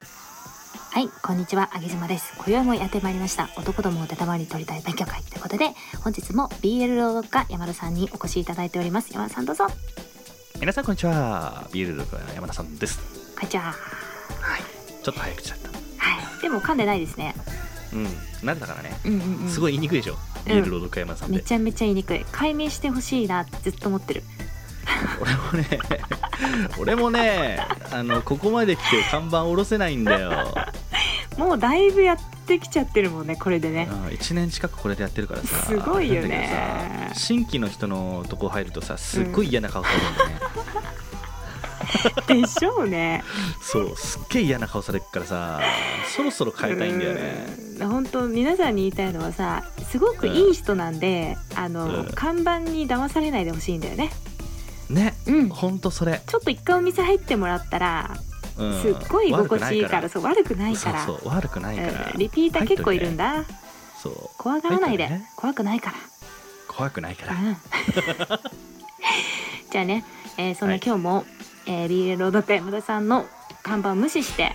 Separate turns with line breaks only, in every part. はい、こんにちは、あげじまです。今宵もやってまいりました。男どもを出たまり取りたい勉強会ということで、本日も BL 朗読家山田さんにお越しいただいております。山田さんどうぞ。こ
皆さんこんにちはビールドの山田さんです
んにちは。
はいちょっと早口だった
はい、でも噛んでないですね。
うん慣れたからね
うんうんうん。
すご
い。
い言いにくいでしょ、ビールドの山田さん
め
で
ちゃめちゃ言いにくい。解明してほしいなってずっと思ってる。
俺も ね俺もねあのここまで来て看板下ろせないんだよ、
もうだいぶやってきちゃってるもんね、これで
うん、
ね。
1年近くこれでやってるからさ
すごいよね
なんだけどさ新規の人のとこ入るとさすっごい嫌な顔されるんだよね、
でしょうね。
そうすっげえ嫌な顔されるからさそろそろ変えたいんだよね
うん。本当皆さんに言いたいのはさ、すごくいい人なんで、あの、
うん
看板に騙されないでほしいんだよね。
ね
うん。
ほんとそれ、
ちょっと一回お店入ってもらったら、
うん、
すっごい居心地いいから
悪く
そう悪くな
ないいか
からら
そうそう悪くないから、
うんリピーター結構いるんだ、
そう
怖がらないで、
入っといてね
怖くないか、
怖くないからら、
うん じゃあね、えーそんな
はい
今日も、えー、BL ロードペ山田さんの看板を無視して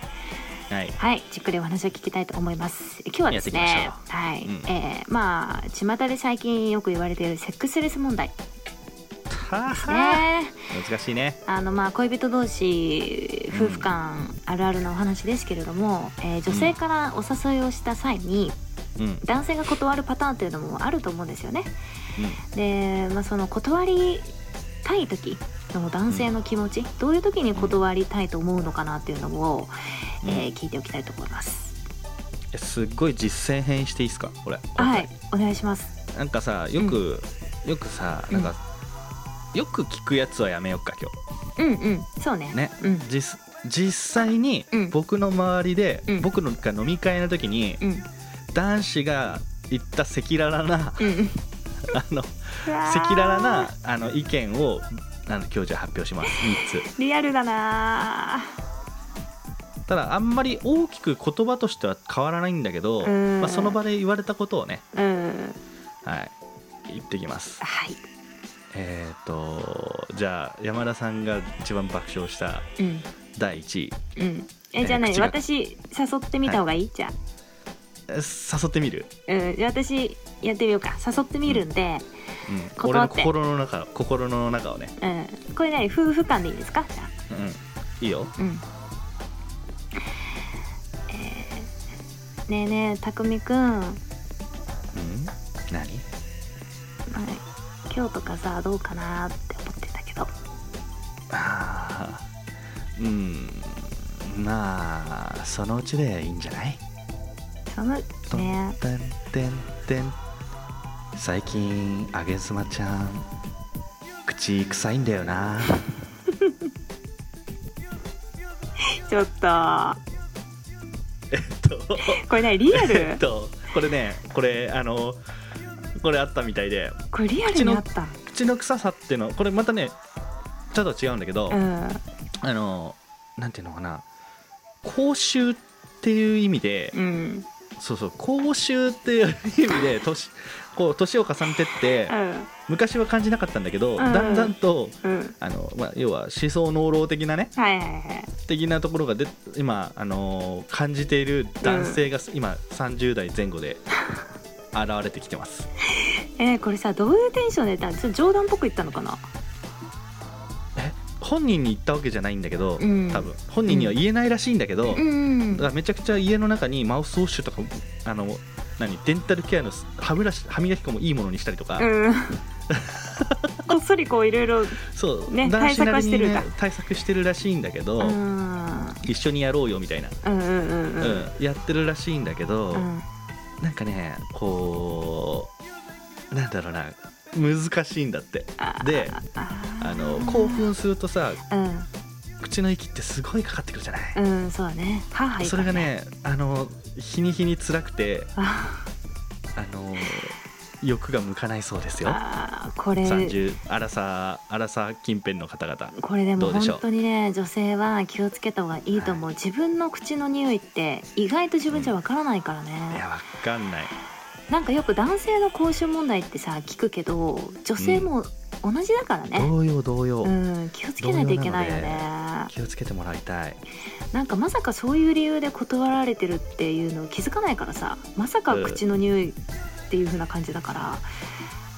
はい
はいじっくりお話を聞きたいと思います今日はですね
やって
はい、
うん
えーまあ巷で最近よく言われているセックスレス問題ね
はは難しいね
あのまあ恋人同士夫婦間あるあるのお話ですけれども、えー女性からお誘いをした際に
うんうん
男性が断るパターンというのもあると思うんですよね。で、まあ、その断りたい時の男性の気持ち、どういう時に断りたいと思うのかなっていうのを、
うん
えー聞いておきたいと思います。
えすっごい実践編していいですかこれ
はい、お願いします。
なんかさよく、よくさなんか、よく聞くやつはやめようか今
うんうん、そうね。
日ね
うん
実実際に
うん
僕の周りで、
うん
僕のが飲み会の時に
うん
男子が言った赤裸々な
うんうん。
あの
うわー
赤裸々なあの意見をあの今日じゃあ発表します3つ
リアルだな
ただあんまり大きく言葉としては変わらないんだけど、
うん
まあ、その場で言われたことをね、
ー。うん、
はい、言ってきます
はい。
えっ、とじゃあ山田さんが一番爆笑した
うん
第1位
うん。え
えー
じゃあ何
口が
私誘ってみた方がいい、じゃあ。
え誘ってみる、
うん、じゃあ私やってみようか誘ってみるんで、
うん、俺
断
の
って
心の中心の中をね、
うんこれ何夫婦間でいいですかじゃあ
うん、いいよ
うんえーねえねえたくみくん、ま
うん
あ
何
今日とかさどうかなって思ってたけど
あーうんまあそのうちでいいんじゃない
その
と
ね
てんてんてん最近あげずまちゃん口臭いんだよな
ちょっとこれ何リア
え
ル
っ とこれねこれあのこれあったみたいで
これリアルになった
口の臭さっていうのこれまたねちょっと違うんだけど、
うん
あのなんていうのかな口臭っていう意味で、
うん
そうそう口臭っていう意味で年こう年を重ねてって
うん
昔は感じなかったんだけど、
ん
だんだんと
うん
あの、まあ、要は思想能動的なね
はいはいはい
的なところがで今、あのー感じている男性が今30代前後で現れてきてます
えーこれさどういうテンションで言ったのちょっと冗談っぽく言ったのかな
本人に言ったわけじゃないんだけど、
うん
多分本人には言えないらしいんだけど、
う
だ
ん
からめちゃくちゃ家の中にマウスウォッシュとかあの何デンタルケアの歯ブラシ歯磨き粉もいいものにしたりとか、
うん こっそりこういろいろ
そう、
ね
男子なり
対策はし
に、
てるんだ
ね、対策してるらしいんだけど、
うん
一緒にやろうよみたいな、
うんうんうんうん
うんやってるらしいんだけど、
うん
なんかねこうなんだろうな難しいんだってであの興奮するとさ
うん
口の息ってすごいかかってくるじゃない、
うんそうだね歯入った
それがねあの日に日に辛くて
あ
あの欲が向かないそうですよ
あーこれ
30荒さ荒さ近辺の方々
これでも
どうでしょう
本当にね女性は気をつけた方がいいと思う、自分の口の匂いって意外と自分じゃわからないから
い
ね
やわかんない
なんかよく男性の口臭問題ってさ聞くけど女性も同じだからね、
同様同様、
うん気をつけないといけないよね
同様
な
気をつけてもらいたい
んかまさかそういう理由で断られてるっていうのを気づかないからさまさか口の匂いっていう風な感じだから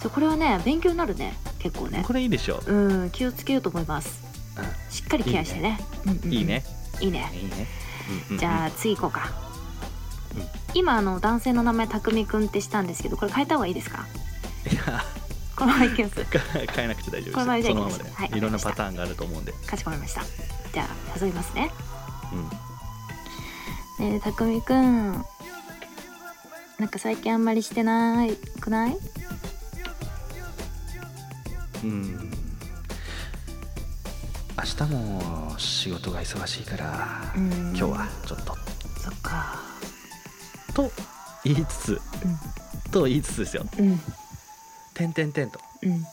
そうこれはね勉強になるね結構ね
これいいでしょ
うん気をつけようと思いますしっかりケアしてねうんうんうん
いいね
いいね
いいね、うんうんうん
じゃあ次行こうか、
うん
今あの男性の名前たくみくんってしたんですけどこれ変えた方がいいですか
いや
このままいき ます
変えなくて大丈
このま
夫
まで
で
すい
そ
き
の
ま
ますまで、
はい
いろんなパターンがあると思うんで、
かしこまりましたじゃあ誘いますね
うん、
ねえたくみくんなんか最近あんまりしてないくない
うん明日も仕事が忙しいから、
うん
今日はちょっと
そっか
と言いつつ、と言いつつですよ
うん
「てんてんてん」と
うん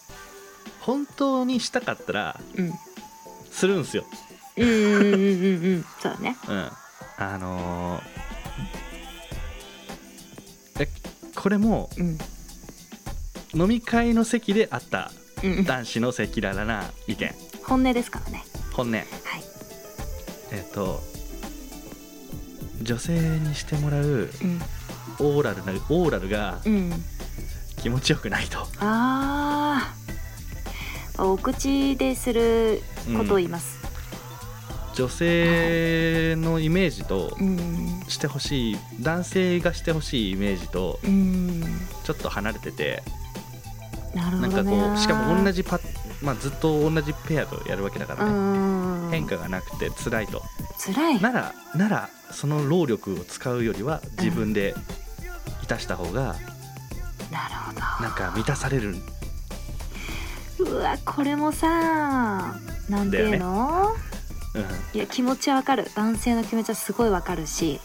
本当にしたかったら
うん
するんですよ、
うんうんうんうんうんそうだね
うん、あのーえこれも
うん
飲み会の席であった
うん
男子の赤裸々な意見
本音ですからね
本音
はい
えっと女性にしてもらう
うん
オーラルなオーラルが
うん
気持ちよくないと、
あーお口ですることを言います、
女性のイメージと
うん
してほしい男性がしてほしいイメージと
うん
ちょっと離れてて
なるほ
なん
ど
か
ね
こうしかも同じパ、まあ、ずっと同じペアとやるわけだからね
うん
変化がなくて辛いと
辛い
ならならその労力を使うよりは自分でいたした方が
なるほど
なんか満たされる
うわこれもさなんていうの、
うんうん
いや気持ちはわかる男性の気持ちはすごいわかるし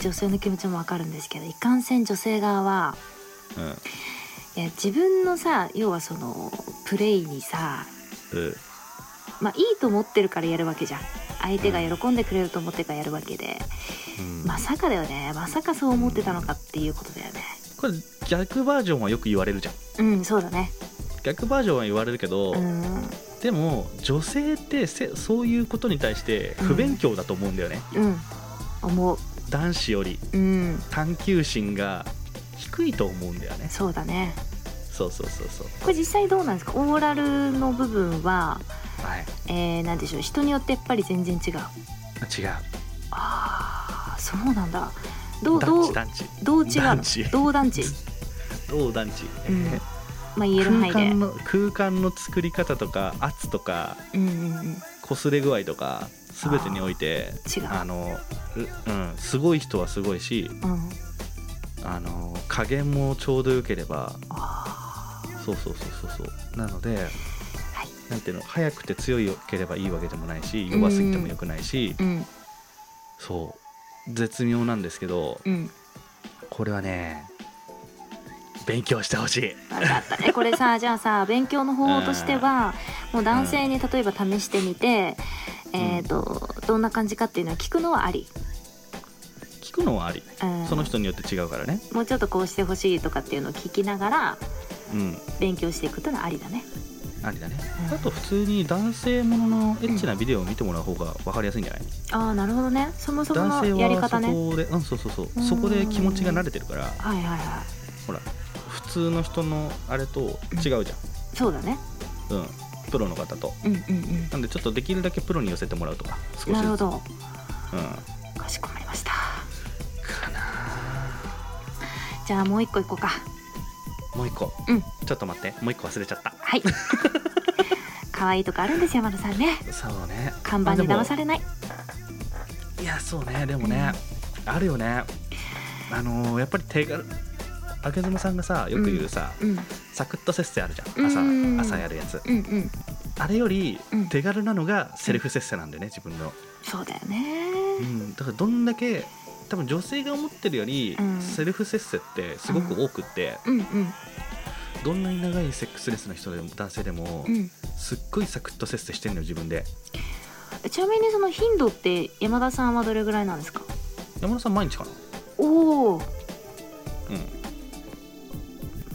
女性の気持ちもわかるんですけどいかんせん女性側は
うん
いや自分のさ要はそのプレイにさ
うん
まあいいと思ってるからやるわけじゃん相手が喜んでくれると思ってからやるわけで、
うん
まさかだよねまさかそう思ってたのかっていうことだよね
これ逆バージョンはよく言われるじゃん
うんそうだね
逆バージョンは言われるけど、
うん
でも女性ってせそういうことに対して不勉強だと思うんだよね、
うん思う
男子より
うん
探求心が低いと思うんだよね
そうだね
そうそうそうそう
これ実際どうなんですかオーラルの部分は
は
え
い
ー、なんでしょう人によってやっぱり全然違う
違う
あーそうなんだどうど
団
う
地団地
どう違う
団
の
地
どう団地
どう団地、
うん
えー
まあ言える範
空
囲で
間の空間の作り方とか圧とか
うんうんうん違う
擦れ具合とか全てにおいてあのううんすごい人はすごいし
うん
あの加減もちょうどよければ
あー
そうそうそうそうそうなので、
はい
なんていうの早くて強いければいいわけでもないし弱すぎてもよくないし、
うん
そう絶妙なんですけど
うん
これはね勉強してほしい
分かったねこれさじゃあさ勉強の方法としてはもう男性に例えば試してみて、
うん
えっ、とどんな感じかっていうのは聞くのはあり、
聞くのはあり
うん、
その人によって違うからね
もうちょっとこうしてほしいとかっていうのを聞きながら
うん
勉強していくっていうのはありだね
ありだね
うん
あと普通に男性もののエッチなビデオを見てもらう方が分かりやすいんじゃない
ああなるほどねそもそも
男
の
性
やり
は
方
そ
ね
こでうんそうそうそう
うん
そこで気持ちが慣れてるから
はいはいはい
ほら普通の人のあれと違うじ
そうだね
ゃんうんプロの方と
うんうん
なんでちょっとできるだけプロに寄せてもらうとか
う
少
ん
し
なるほ
ずつ
ど
うん
かしこまりました
かな
じゃあもう一個いこうか
もう一個、
うん
ちょっと待ってもう一個忘れちゃった
はい 可愛いとこあるんですよまるさんね
そうね
看板に騙されない
いやそうねでもね、あるよねあのーやっぱり手軽あげずまさんがさよく言うさ、
うん
サクッと節制あるじゃん
うん
朝朝やるやつ
うんうん
あれより
うん
手軽なのがセルフ節制なんだよね自分の、
そうだよ
う
ね
ん、だからどんだけ多分女性が思ってるより、
うん
セルフ節制ってすごく多くって、
うんうん
どんなに長いセックスレスの人でも男性でも、
うん
すっごいサクッと節制してんのよ自分で
ちなみにその頻度って山田さんはどれぐらいなんですか
山田さん毎日かな
おお
うん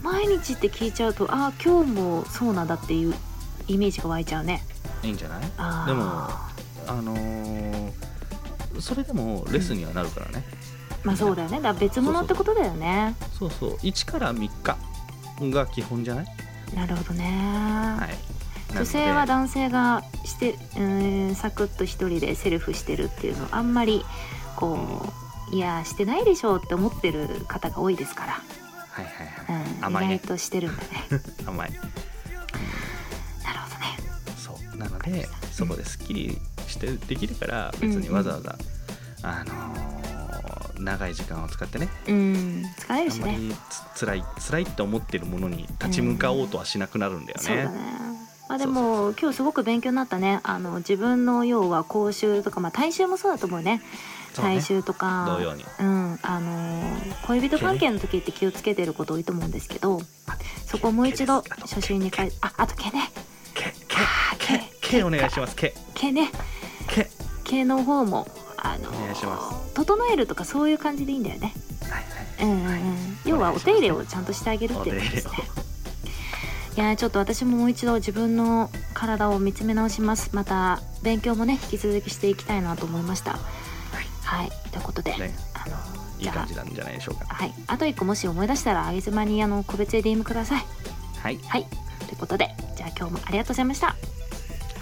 毎日って聞いちゃうとああ今日もそうなんだっていうイメージが湧いちゃうね
いいんじゃない
あー
でもあのーそれでもレッスンにはなるからね、
まあそうだよねだから別物ってことだよね
そうそう1から3日が基本じゃない、
なるほどね、
はい、
女性は
なの
男性がしてうーんサクッと一人でセルフしてるっていうのあんまりこういやーしてないでしょうって思ってる方が多いですか
ではいはい
ら、
は
う
い、
ん、
甘い
意
ね
外としてる んだね
甘い
なるほどね
そうなの
わかり
で
ました
そこですっきりしてできるから別にわざわざ、あのー長い時間を使ってね
うん疲れる
あん
し
ま
ね
りつ辛い辛いって思ってるものに立ち向かおうとはしなくなるんだよ
そうだね
ね。
まあでも今日すごく勉強になったねあの自分の要は講習とか、まあ、大衆もそうだと思うね
そうね
大衆とか
同様に
うん、あのー恋人関係の時って気をつけてること多いと思うんですけどそこをもう一度
毛です
初心に返ああと毛ね
け
あー
け
毛
けけお願いしますけ
毛ね
け
毛の方もあのー
お願いしま
整えるとかそういう感じでいいんだよね、
は
う
い
んうんうん
はい
要はお手入れをちゃんとしてあげるっていうことですねいやーちょっと私ももう一度自分の体を見つめ直しますまた勉強もね引き続きしていきたいなと思いましたはい、ということで、
お手入れをね
あのー
いい
じゃあ
感じなんじゃないでしょうか
はい、あと一個もし思い出したらあげずまにあの個別で DM ください。
はい
はい、ということでじゃあ今日もありがとうございました。
あ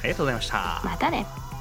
りがとうございました
またね。
バイバイ